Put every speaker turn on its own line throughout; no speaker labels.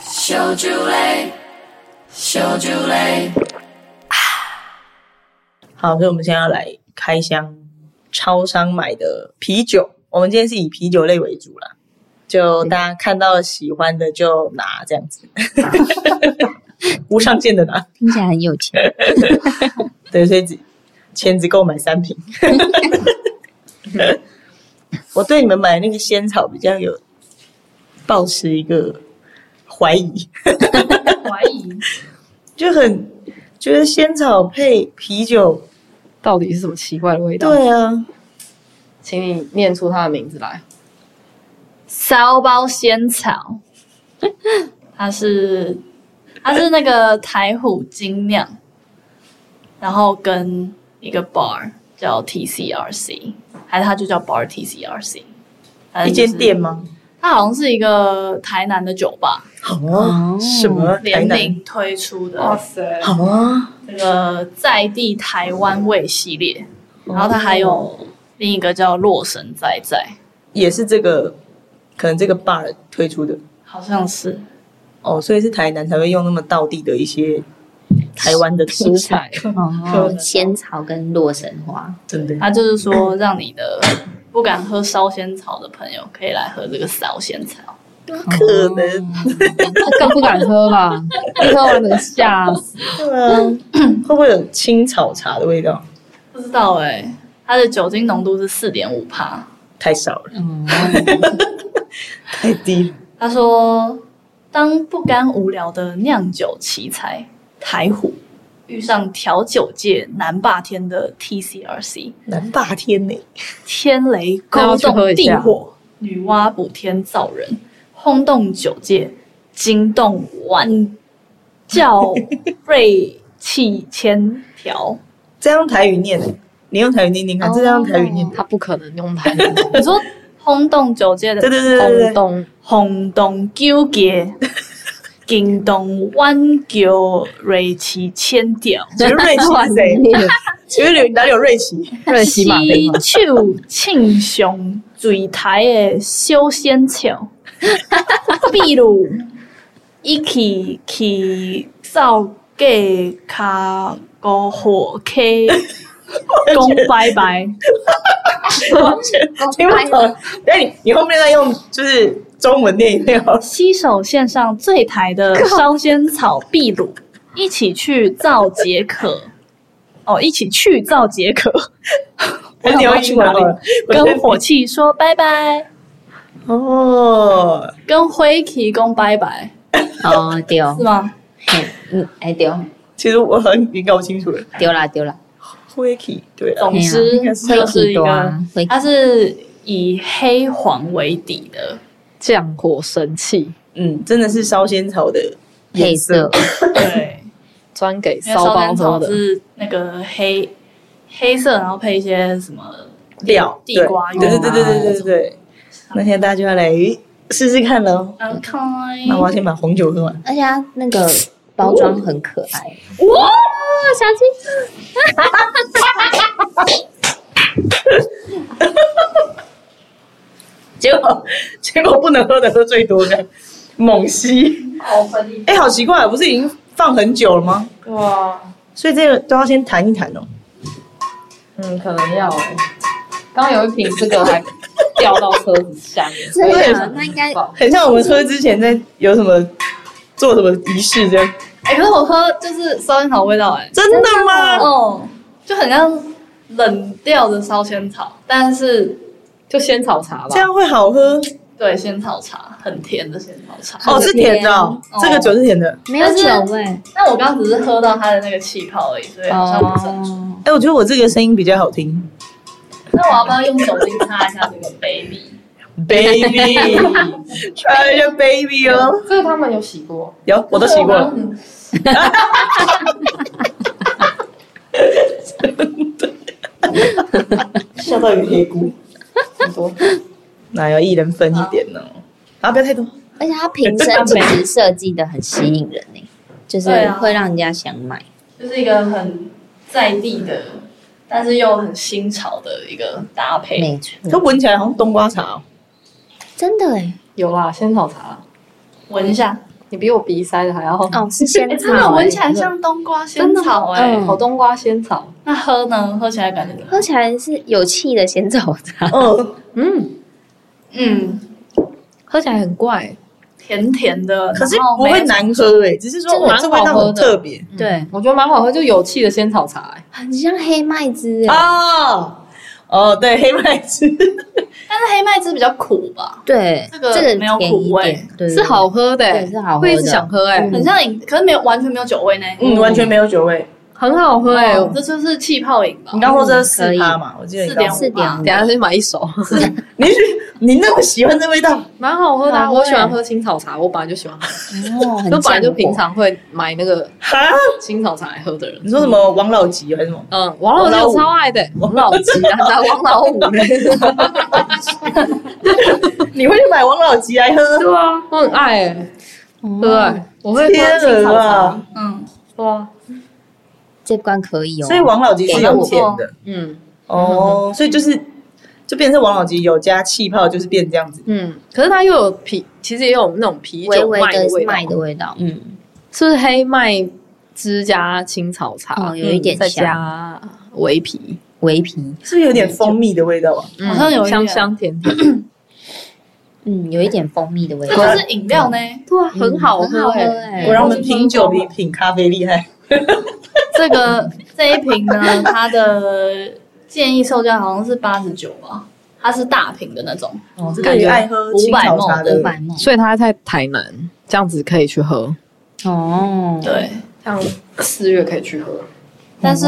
小酒类，小酒类，
好，所以我们现在要来开箱超商买的啤酒。我们今天是以啤酒类为主啦，就大家看到喜欢的就拿这样子， 无上限的拿。
听起来很有 钱。哦
对，所以只钱只够买三瓶。 我对你们买的那个仙草比较有抱持一个怀疑，
怀疑
就很觉得仙草配啤酒，
到底是什么奇怪的味道？，
对啊，
请你念出它的名字来。
骚包仙 草，它是它是那个台虎精酿，然后跟一个 bar 叫 TCRC，还是它就叫 bar TCRC，反
一
正就是
间店？吗？
它好像是一个台南的酒吧，
哦，什么台
联
南？
名推出
哇
的
塞，
好啊，
这个在地台湾味系列，然后它还有
哦
另一个叫洛神在在，
也是这个，可能这个 bar 推出的
好像是
哦，所以是台南才会用那么道地的一些台湾的
食
食
材，哦，仙草跟洛神花，
真的
他就是说，让你的不敢喝烧仙草的朋友可以来喝这个烧仙草。
可能
他更不敢喝吧？一喝完能吓死。
对啊，会不会有青草茶的味道？
不知道哎、它的酒精浓度是四点五帕。
太少了，
嗯，
太低了。
他说，当不甘无聊的酿酒奇才台虎遇上调酒界南霸天的 TCRC，
南霸天呢、
天雷
那
勾
要去喝
动
一
地
下
火，女娲补天造人，轰动九界，惊动万教，锐气千条。
这样台语念、欸，你用台语念念看，
哦
这样台语念，
他不可能用它
你说轰动九界
对
的
对对对
轰
对，
动
轰动九 界，惊动挽救，锐气千条，
请问瑞奇是谁？请问你哪里有瑞奇？
瑞奇
西
马杯吗？
手庆雄最台的小仙 草，比如一起去造假卡高火 K，讲拜拜，
听不懂。那你你后面再用就是中文念一念好了。
携手献上最台 的烧仙草秘鲁，一起去造解渴。哦，一起去造解渴，
还是你要去哪里？
跟火气说拜拜，
哦，
跟灰提供拜拜，
哦，丢
是，吗？
嘿嗯，哎丢
其实我很已经搞不清楚了。
丢啦丢啦，
Wiki 对啊了，
总之
应该是
就
会
是
提
一
多
个
啊会，
它是以黑黄为底的，
降火神器，
嗯，真的是烧仙草的
配
颜
色，
对，
专给
因为
骚
烧
包
仙
喝
草
的。
是那个黑黑色，然后配一些什么
料，
地瓜
对对对对对对对对。
啊
那现在大家就要来试试看喽。
嗯开，
那我要先把红酒喝完。
而且它那个包装很可爱，
哇，
小心，
结果结果不能喝的喝最多的，猛吸。
好分一
哎，好奇怪，不是已经放很久了吗？
哇，
所以这个都要先谈一谈哦。
嗯，可能要哎。刚有一瓶这个还掉到车子 下面，
对啊，那应该
很像我们喝之前在有什么做什么仪式这样。
哎、可是我喝就是烧仙草味道、哎，
真的吗？
哦，就很像冷掉的烧仙草，但是
就仙草茶吧
这。样会好喝
对仙草茶很甜的仙草茶。
哦，是甜的哦，这个酒是甜的。
没有酒味，
但我刚刚只是喝到它的那个气泡而已，所以好像不是很
哦，
哎、我觉得我这个声音比较好听
那我要不要用酒精擦一下这个杯底？
，baby，穿一下 baby 哦，
这个他们有洗过，
有我都洗过了，
嗯
笑到有黑菇，
很多。
那要一人分一点呢、啊，不要太多，
而且它瓶身其实设计的很吸引人呢，就是
对啊
会让人家想买。
就是一个很在地的，但是又很新潮的一个搭配。
没
它
错，
闻起来好像冬瓜茶、哦，
真的哎，
有啦，仙草茶。
闻一下，
你比我鼻塞的还要。
哦，是仙
哎，真的
草、
闻
欸，
起来像冬瓜仙草哎、
真的吗嗯
好冬瓜仙草，
那喝呢？喝起来感觉怎么样？
喝起来是有气的仙草茶，
嗯，
嗯，
嗯，
喝起来很怪。
甜甜的，
可是
然后
不
没有
会难喝诶、只是说
真的
我
蛮
这味道
好喝
很
的
特别
对，
我觉得蛮好喝，就有气的仙草茶、哎
很像黑麦汁、欸。
哦哦，对，黑麦汁，
但是黑麦汁比较苦吧，
对，
这个
这个
没有
甜一
苦味
点，对，
是好喝的、哎
对是好喝的
会一直想喝哎、
嗯
很像饮，可是没有完全没有酒味呢。
嗯，完全没有酒味。
很好喝哎、
哦这就是气泡饮吧
你？刚说这是
嗯可
四
以
趴嘛？我记得你
4.5
刚
四点五
等一下去买一手，
你你那么喜欢这味道，
蛮好喝的、
好
啊。
喝
我喜欢喝青草茶，我本来就喜欢喝，
哦，很
就本来就
降火
平常会买那个
哈？
青草茶来喝的人
你。说什么王老吉还是什么？
嗯，王老吉我超爱的、
王
老吉啊，打王老五、
你会去买王老吉来喝？
对啊，我很爱、欸，对、
哦，
我会喝
天
青草
鹅
茶，
啊！
嗯，
对啊，
这关可以哦。
所以王老吉是有甜的
嗯
哦，所以就是就变成王老吉有加气泡，就是变这样子。
嗯，可是它又有啤，其实也有那种啤
微
酒
微
麦味
的
道，
麦的味道，嗯，
是不是黑麦汁加青草茶，嗯
哦有一点
再
像
加维啤，
微皮，
是不是有点蜂蜜的味道啊？
嗯
好像有一点
香香甜甜，
嗯，有一点蜂蜜的味道
这，就是饮料呢。
对啊，
嗯
很好
很
喝
好喝
哎，
哎。
欸果然我们品酒比品咖啡厉害。
这个这一瓶呢，它的建议售价好像是八十九吧，它是大瓶的那种。
哦，这个也爱喝青草茶的
五，百梦
所以它在台南这样子可以去喝，
哦，
对，
像四月可以去喝，
但是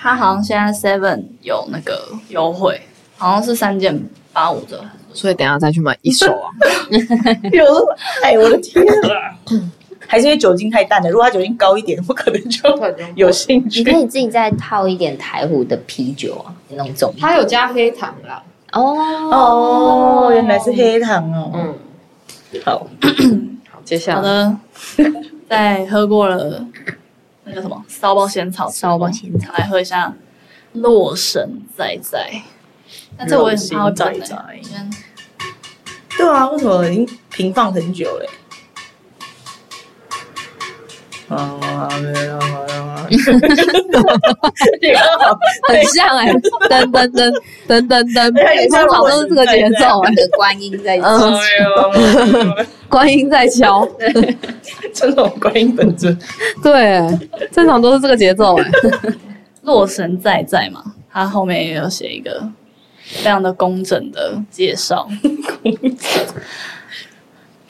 它好像现在 Seven 有那个优惠，好像是三件八五折。
所以等一下再去买一手 啊，
有哎，我的天啊！还是因为酒精太淡了，如果它酒精高一点，我可能就有兴
你
趣
可。以自己再泡一点台虎的啤酒啊，那种重
它有加黑糖啦，
哦，
哦，原来是黑糖哦。
嗯，
好，
好，接下
好
来
的，在喝过了那个什么骚包仙草之后，
烧包仙草
来喝一下洛神在在。那这我也很怕会
洛
本
神
的、
在在
因为
对啊，为什么已经停放很久嘞？啊，没有好了吗？
很像
欸
哎，噔噔噔噔噔噔，通常都是这个节奏哎
我，的观音在
嗯，
哎
观音在敲，
呦，这种观音本尊，
对，正常都是这个节奏哎，
洛神在在嘛，它后面也有写一个非常的工整的介 绍，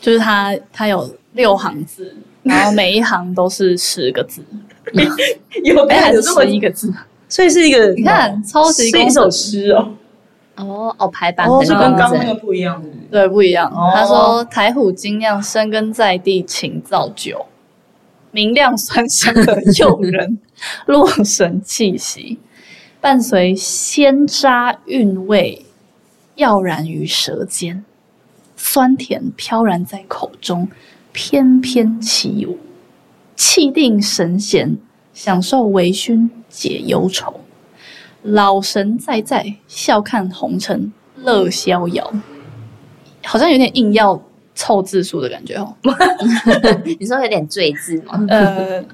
就是它它有六行字，然后每一行都是十个字，
有
哎、还
有
是
这么
十一，个字？
所以是一个
你看，超级
是一
工
首
整，
诗哦，
哦哦，排版
哦，
很
是跟
工
刚刚那
整
个不一样，
对，不一样
哦。
他说：“台虎精酿深耕在地，情造酒，明亮酸香的诱人，洛神气息，伴随鲜渣韵味，耀然于舌尖，酸甜飘然在口中，翩翩起舞，气定神闲，享受微醺解忧愁。”老神在在，笑看红尘乐逍遥。好像有点硬要凑字数的感觉哦。
你说有点醉字吗？
呃，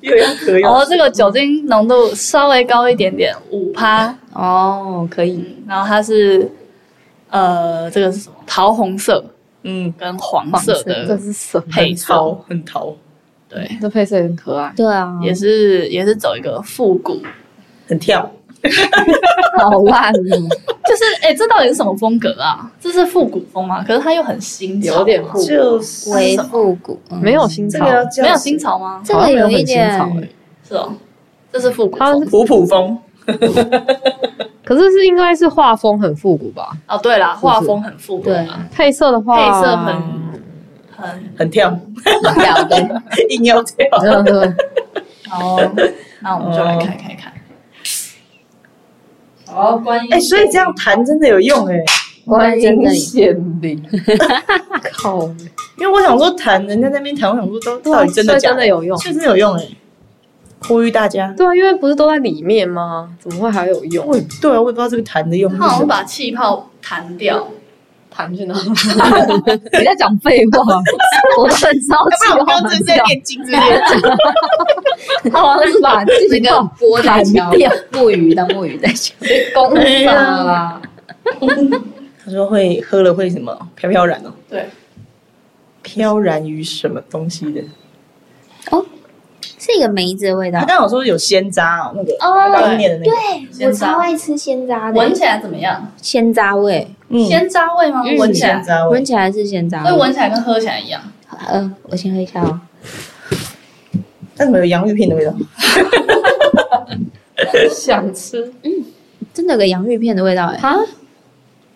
又要可以
然后哦这个酒精浓度稍微高一点点，五趴，嗯
哦，可以，
然后它是呃，这个是什么？桃红色
嗯，
跟黄
黄
色
色这
的
是什么？
配
桃
色，
很桃，
对，
这配色很可爱，
对啊，
也是也是走一个复古，
很跳，
好烂哦，
就是哎、这到底是什么风格啊？这是复古风吗？可是它又很新潮啊，
有点复古
就是
微复古，嗯
没有新
这
潮
个，要叫
没有新潮吗？
这
好
个
像没
有
很
一
新
点
潮哎，
是哦，这是复古
它
风
普普风，
可是是应该是画风很复古吧？
哦。对啦，画风很复古
对
啊，
配色的话，
配色很很
很跳，
表的，
硬要跳，
嗯对，
好，哦那我们就来看看看。
好，观音
嗯
哎，所以这样弹真的有用哎。
观
真
音
的
显灵，靠，
因为我想说弹，人家在那边弹，我想说都到底真的
所以
假
真的有用
确实有用哎、呼吁大家。
对啊，因为不是都在里面吗？怎么会还有用？
我也对啊，我也不知道这个痰的用
它
意
好
是什
像
么。
把气泡弹掉，
弹去哪？
你在讲废话， 我都很着急，我好难掉，
念经之类的。
好像是把
那
这
个波在敲
砍，掉，木鱼的木鱼在敲，
攻杀啦！
他说会喝了会什么飘飘然哦，
对，
飘然于什么东西的？
是一个梅子的味道
他。刚好说有鲜渣哦，那个他
哦，
刚念的那个，
鲜
我
渣
超爱吃鲜渣的，
闻起来怎么样？
鲜渣味，
嗯
鲜渣味吗？闻起来
鲜，渣哦味
闻。起来是鲜渣
所以
味。
闻起来跟喝起来一样。
呃，我先喝一下哦。
但怎么有洋芋片的味道？
想吃
真的有个洋芋片的味道哎、
啊？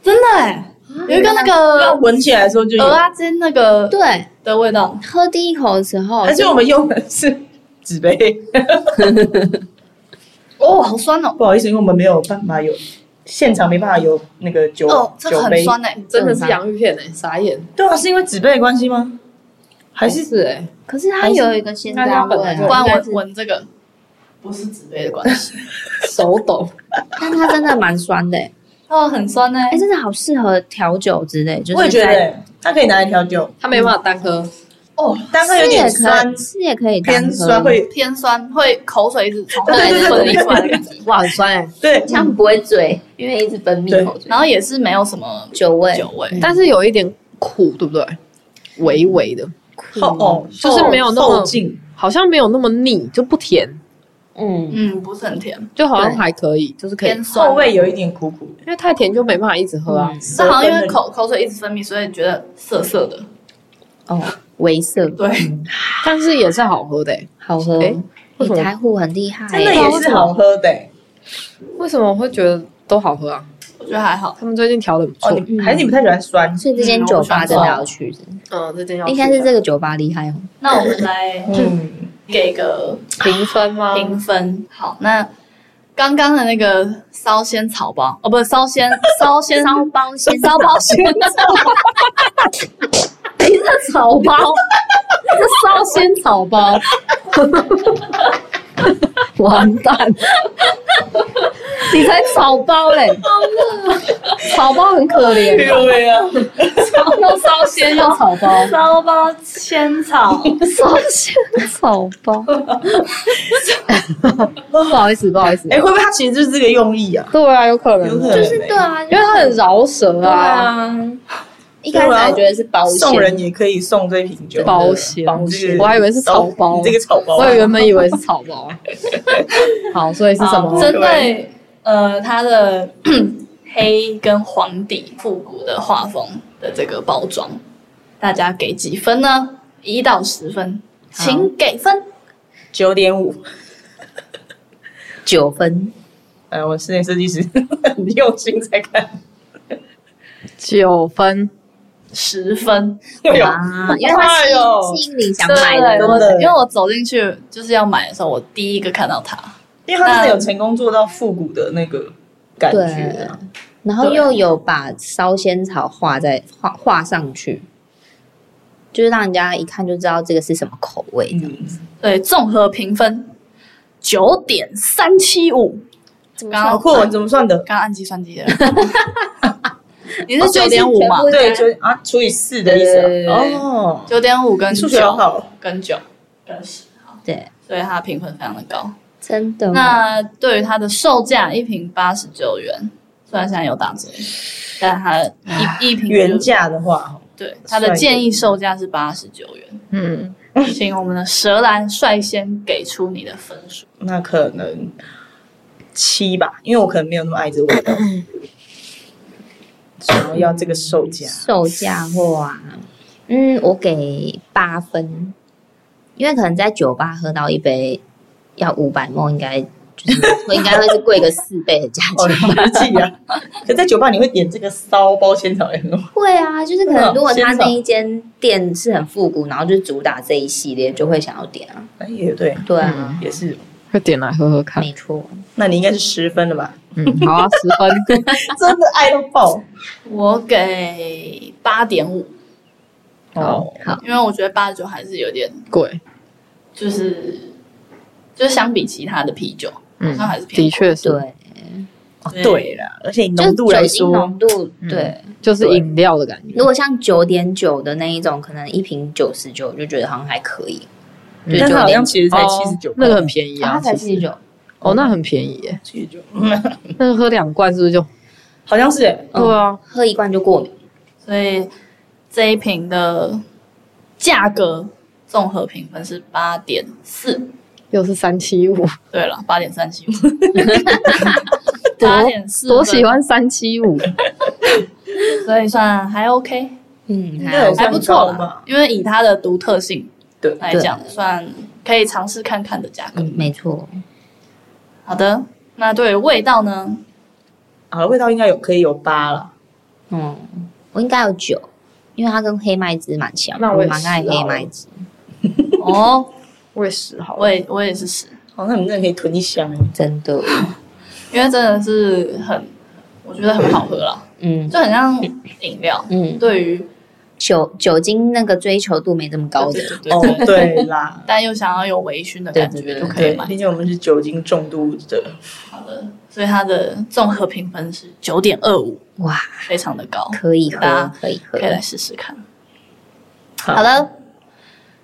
真的哎，有一个
那
那个
闻起来的时候就有
啊鹅，啊煎那个
对，
的味道，
喝第一口的时候，
而且我们用的是纸杯，
哦，好酸哦，
不好意思，因为我们没有办法有现场没办法有那个酒
哦，这
酒
很
杯。
酸哎，
真的是洋芋片哎、傻眼！
对啊，是因为纸杯的关系吗？还
还
是
是哎、
可是它有一个鲜渣味啊，
光
但
闻
是
闻这个不是纸杯的关系，
手抖，
但它真的蛮酸的、欸，
哦，很酸哎
哎、，真的好适合调酒之类，就是
我也觉得
在
欸它可以拿来调酒，
他没办法单喝。
哦，
但它有
是也
点
可
酸，
是也可以单
偏
喝
酸，会
偏酸，会口水一直从
对对对
嘴里出来的感觉，
哇，很酸哎、
对
这样不会醉，因为一直分
对
泌口水
然后也是没有什么
酒味，
酒味，
但是有一点苦，对不对？微微的，
后哦，
就是没有那么
后劲，
好像没有那么腻，就不甜，
嗯，
嗯，不是很甜，
就好像
对
还可以，就是可以
偏，酸
后。味有一点苦苦。
因为太甜就没办法一直喝啊。
这好像因为口口水一直分泌，所以觉得涩涩的。
哦，微涩，
对，
但是也是好喝的、欸。
好喝。哦
哎
你
为什么
台虎很厉害、哦
真的也是好喝的欸。
为什么我会觉得都好喝啊？
我觉得还好。
他们最近调的不错
哦，。你还是你嗯不太喜欢酸，
所以这间酒吧真的要去，
嗯，这间要
应该是这个酒吧 厉害哦。
那我们来
嗯，
给个
评分吗？
评分。好，那刚刚的那个烧仙草包，哦，不是烧仙烧仙
烧包鲜
烧包仙草，
哎
你这草包， 这烧仙草包， 完蛋！ 你才草包嘞， 草包很可怜，
对啊，
又烧仙又草包，
烧包仙草，
烧仙草包。不好意思，不好意思，
哎，会不会它其实就是这个用意啊？
对啊，有可能
有可
哦，
能
就
欸
是
对啊，
因为它很饶舌啊，
啊，
一开始还觉得是包
送人
馅，
也可以送这瓶酒，
保险，
保险
我还以为是草包，
你这个草包
我
啊，
也原本以为是草包啊。好，所以是什么？
针对呃它的 黑跟黄底复古的画风的这个包装，大家给几分呢？一到十分，请给分。
九点五。
九分，
呃，我室内设计师 很用心在看，
九分，
十分，
哎呦
哇，因为他
哎呦
是心里想买
对
的，
我
真的
因为我走进去就是要买的时候，我第一个看到它，
因为他真的有成功做到复古的那个感觉啊、
然后又有把烧仙草画在画画上去，就是让人家一看就知道这个是什么口味这样。
嗯，
对，综合评分九点三七五，
怎
刚
好
刚
酷，啊你怎么算的？
刚刚按计 算机的，你是九点五嘛？
对，就啊，除以四的意思、
对对
啊、
对
哦。
九点五跟
你数
九
学好好，
跟九跟十，
对，
所以它的评分非常的高。
真的。
那对于它的售价一瓶八十九元，虽然现在有打折，但它一一瓶就
原价的话，
对它的建议售价是八十九元。
嗯，
请我们的蛇兰率先给出你的分数。
那可能七吧，因为我可能没有那么爱这个 味道。想要要这个售价，
售价哇，嗯，我给八分，因为可能在酒吧喝到一杯要五百梦，应该就是应该会是贵个四倍的价
哦，
钱。
你记 啊！可在酒吧你会点这个烧包仙草也很好，
会啊，就是可
真的
能
哦
如果他
仙草
那一间店是很复古，然后就主打这一系列，就会想要点啊。
哎，也对，
对啊，
也是。
会点来喝喝看。
没错。
那你应该是十分了吧？
嗯，好啊，十分，
真的爱到爆！
我给八点五，
好
哦，
因为我觉得八十九还是有点
贵，
就是。就是相比其他的啤酒，
嗯
它还是偏
的
贵
确是，
对，
哦
对
对啦，而且以
就是
浓度
酒
来
精
说，
浓度，
嗯
对。哦
就是饮料的感觉。
如果像九点九的那一种，可能一瓶九十九，就觉得好像还可以。
嗯
但是好像
99
其实才
哦
七十九，
那个很便宜
啊，
啊，
它才
其实
七十九，
哦，那很便宜耶，
七十 九，
那个喝两罐是不是就？
好像是欸
嗯
对啊，
喝一罐就过敏。
所以这一瓶的价格综合评分是八点四。
又是啊三七五，
对了，八点三七五，八点四，
多喜，欢三七五，
所以算还 OK，
嗯，
应该有
还
还不错
算高吧
啦。因为以它的独特性
对
来讲，算可以尝试看看的价格。
嗯，没错。
好的，那对于味道呢？
好了，味道应该有可以有八了，
嗯，我应该有九，因为它跟黑麦汁蛮像，
那我
我
也
蛮爱
是啊
黑麦汁。
哦，
我也十好
我也我也是十，
好像你真的可以囤一箱欸，
真的，
因为真的是很，我觉得很好喝啦，
嗯
就很像饮料。
嗯，
对于
酒酒精那个追求度没这么高的
对，对对
哦
对，对
对啦，
但又想要有微醺的
对
感
对
觉
对
就可以
对
买，
毕竟我们是酒精重度的，
好的，所以它的综合评分是九点二五，
哇，
非常的高，
可以喝
那，
可以喝
可以。来试试看。
好
好的，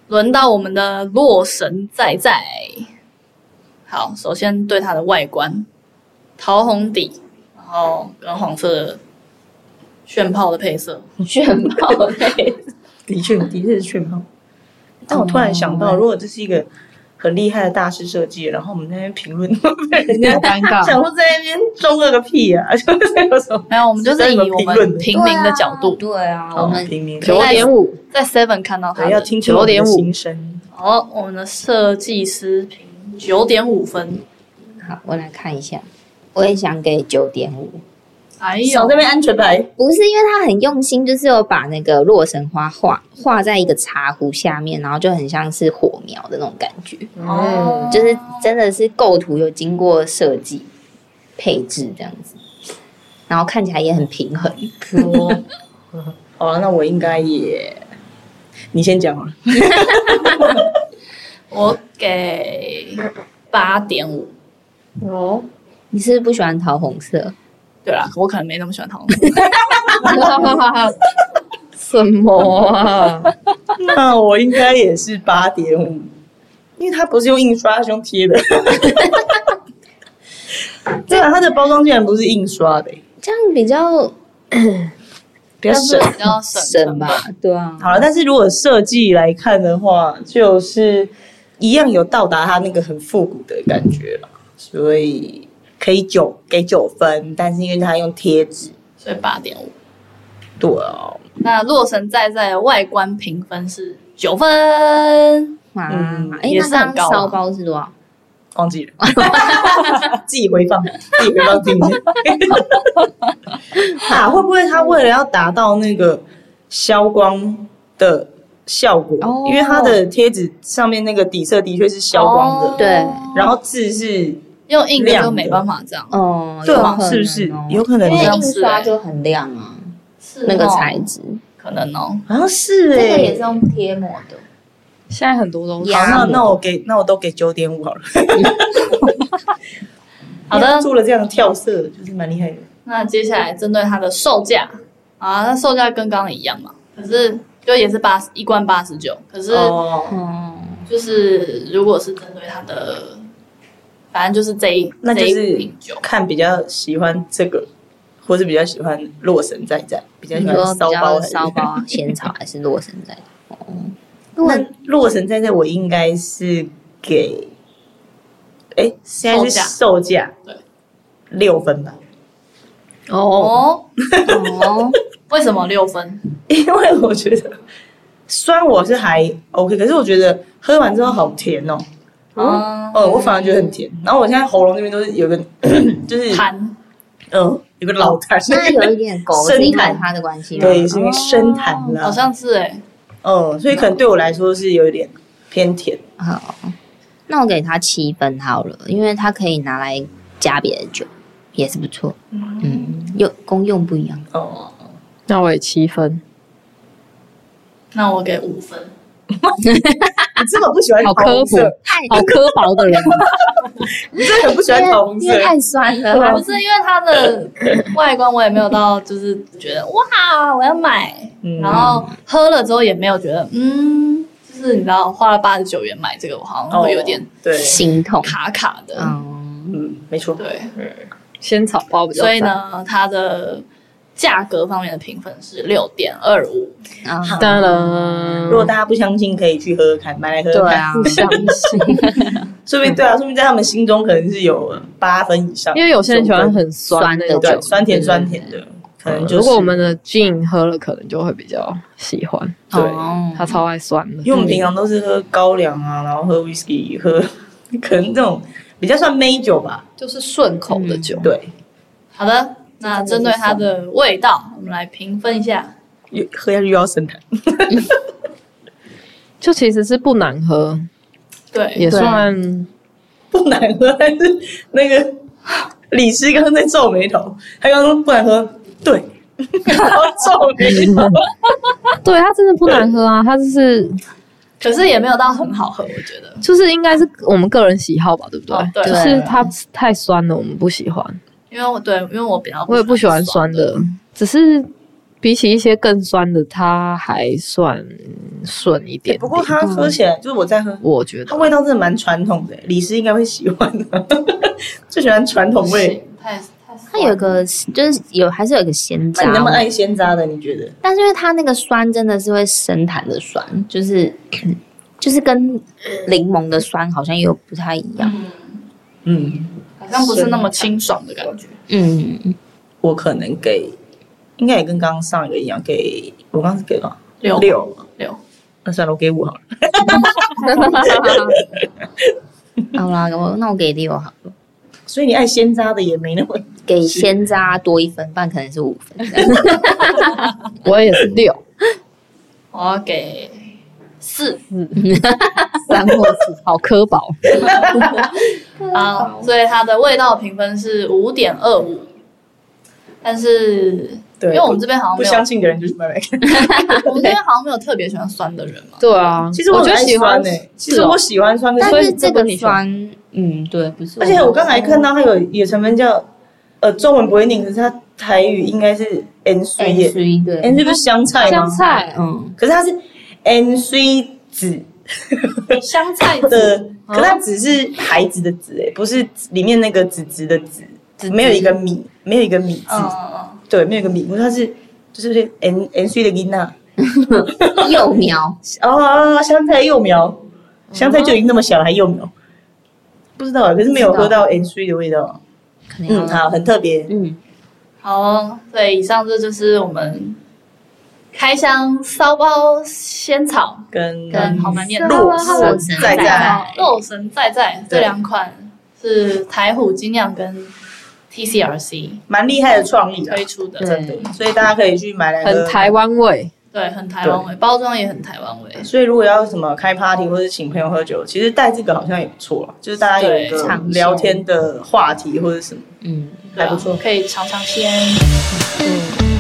轮到我们的洛神在在。好，首先对它的外观，桃红底，然后跟黄色的炫泡的配色，
炫泡类，
的确的确是炫泡。但我突然想到，如果这是一个很厉害的大师设计，然后我们在那边评论，被人家
好尴
想
尬，
说在那边中二个屁啊， 就是有什么
没有，我们就是以我们平民的角度，
对啊，我们
平民
九点五，
在 Seven 看到它
要
的。
听出我们的
9.5
心声。
哦，我们的设计师评九点五分，
好，我来看一下，我也想给九点五。
哎
少
呦
在，那边安全牌，
不是因为他很用心，就是有把那个洛神花画画在一个茶壶下面，然后就很像是火苗的那种感觉，
哦
就是真的是构图有经过设计配置这样子，然后看起来也很平衡。
嗯
好啊，那我应该也，你先讲好了。
我给八点五。
哦，
你是不是不喜欢桃红色？
对啦，我可能没那么喜欢桃红。
什么啊？
那我应该也是八点五，因为它不是用印刷，它是用贴的。 对啊，它的包装竟然不是印刷的、欸
这样比较
比较省。
比较省
省吧？对啊，
好了，但是如果设计来看的话，就是一样有到达它那个很复古的感觉了，所以可以九给九分，但是因为它用贴纸，
所以八点五。
对哦，
那洛神在在的外观评分是九分，
哇，
嗯
哎、
也
那
是很
刚刚
高啊
烧包是多少？
忘记了， 自己回放，自己回放 听一下。啊，会不会他为了要达到那个消光的效果，
哦
因为它的贴纸上面那个底色的确是消光的，
哦
对
然后字是
用印的就没办法这样。
哦，
对
有
啊
可能
是不是
哦
有可能
因为
这
样
印
子
刷
欸
就很亮啊，
是
那个
哦
材质，
可能哦。
好像是
这
哎、
个也是用贴膜的。
现在很多都是
好，那
呀
那我给那我都给九点五好了。
好的，
做了这样的跳色，就是蛮厉害的。
那接下来针对它的售价啊，那售价跟刚刚一样嘛，可是就也是八一罐八十九，可是
哦，
哦，
就是如果是针对它的，反正就是这一
那就
这一
是
瓶酒，
看比较喜欢这个，或是比较喜欢洛神在在，比较
你
喜
说
欢
比
骚包
较
还是
骚包啊，仙草还是洛神在？ 哦，
那洛神在在，我应该是给，哎，现在是售价
对
六分吧，
哦，
哦，
哦，
为什么六分？
因为我觉得虽然我是还 OK，可是我觉得喝完之后好甜哦，
嗯，
哦，我反而觉得很甜。然后我现在喉咙那边都是有个， 就是
痰
嗯，有个老痰，
那 有一点狗是因为它的关系吗？
对，是因为生痰
好
哦
了。
像是哎、
嗯，所以可能对我来说是有一点偏甜。
好，那我给它七分好了，因为它可以拿来加别的酒，也是不错。嗯，用功用不一样。
哦，
那我也七分，
那我给五分，
你啊这么不喜欢
好
桃
科
红
普
色，
太
好刻薄的 人，
你真的很不喜欢桃红
因
色
为。太酸了
呃不
啦。
是因为它的外观，我也没有到就是觉得哇我要买，
嗯
然后喝了之后也没有觉得嗯，就是你知道花了八十九元买这个，我好像会有点
哦对，
心痛。
卡卡的，
嗯，
嗯，没错，
对，
仙草包比较
所以
赞。
呢，它的价格方面的评分是六点二五，
啊
当
如果
然，
大家不相信，可以去喝喝看，买来喝
对
喝看，
啊，
相信，
说不定对啊，说不定在他们心中可能是有呃八分以上，
因为有些人喜欢很酸那
酸的
种
对
酒。
酸甜酸甜的，可能就是
如果我们的 gin 喝了，可能就会比较喜欢。
对
哦
他超爱酸的
因，为我们平常都是喝高粱啊，然后喝 whisky，喝 可能这种比较算美酒吧，
就是顺口
的酒
对，
好的，那针对它的味道，我们来评分一下。
又喝下去又要生痰。
就其实是不难喝，
对，
也
对
算
不难喝，但是那个李师刚刚在皱眉头，他刚刚说不难喝，对， 然后皱眉 头，
啊对，它真的不难喝啊，它就是
可是也没有到很好喝，我觉得，
就是应该是我们个人喜好吧，对不对
哦？对
就是它太酸了，我们不喜欢，
因为我对，因为我比较
我也不喜欢酸的，只是比起一些更酸的，它还算顺一点点。
哎不过他喝起来，就是我在
嗯
喝，
我觉
它
得
味道真的蛮传统的，李师应该会喜欢的， 最喜欢传统味。，
太太
它有个就是有还是有一个鲜
那你那
渣
么
味，
爱鲜渣的，你觉得？
但是因为它那个酸真的是会生痰的酸，就是 就是跟柠檬的酸好像又不太一样。
嗯，
好像不是那么清爽的感觉。
嗯，
我可能给，应该也跟刚刚上一个一样，给我刚刚是给了
六
六，
六，
那算了，我给五好了。
好啦，我那我给六好了，
所以你爱鲜渣的也没那么
给鲜渣多一分，不然可能是五分。
我也是六，
我要给四
三或四，好磕 薄。
啊，所以它的味道评分是五点二五。但是，因
对，
为我们这边好像
不
没有，
相信的人就是拜拜。
我们这边好像没有特别喜欢酸的人 嘛。
对啊，
其实
我
很
就
爱
喜
酸
欢
呢，其实我喜欢酸，可
但
所以
是这
这不
个
是你选
酸，嗯，对，不是。
而且我刚才看到它有有成分叫，呃，中文不会念，可是它台语应该是 N C
水
耶
水
，N
对，
C 不是香菜吗？
香，菜，
嗯，
可是它是 N C 子
香菜
的，可是它只是孩子的子，哎，不是里面那个子子的子，没有一个米，没有一个米字，
嗯嗯嗯，
对，没有一个米，不是它是就是 N N C 的囡娜，
幼苗，
哦，香菜幼苗，香菜就已经那么小了还幼苗，不知道啊，可是没有喝到 N C 的味道，
可能
嗯，
要，
好，很特别，
嗯，
好哦，所以以上这就是我们开箱骚包仙草
跟
跟好难念的
肉
神
神在在，
肉神在在
对
这两款是台虎精酿跟 TCRC
蛮厉害的创意啊
推，出的，
对
真的，所以大家可以去买来
很
喝。
台湾味，
对，很台湾味，包装也很台湾味，
所以如果要什么开 party 或者请朋友喝酒，其实带这个好像也不错啊，就是大家有一
对
个
尝鲜
聊天的话题或者什么，
嗯，
对啊
还不错
可以尝尝鲜。
嗯，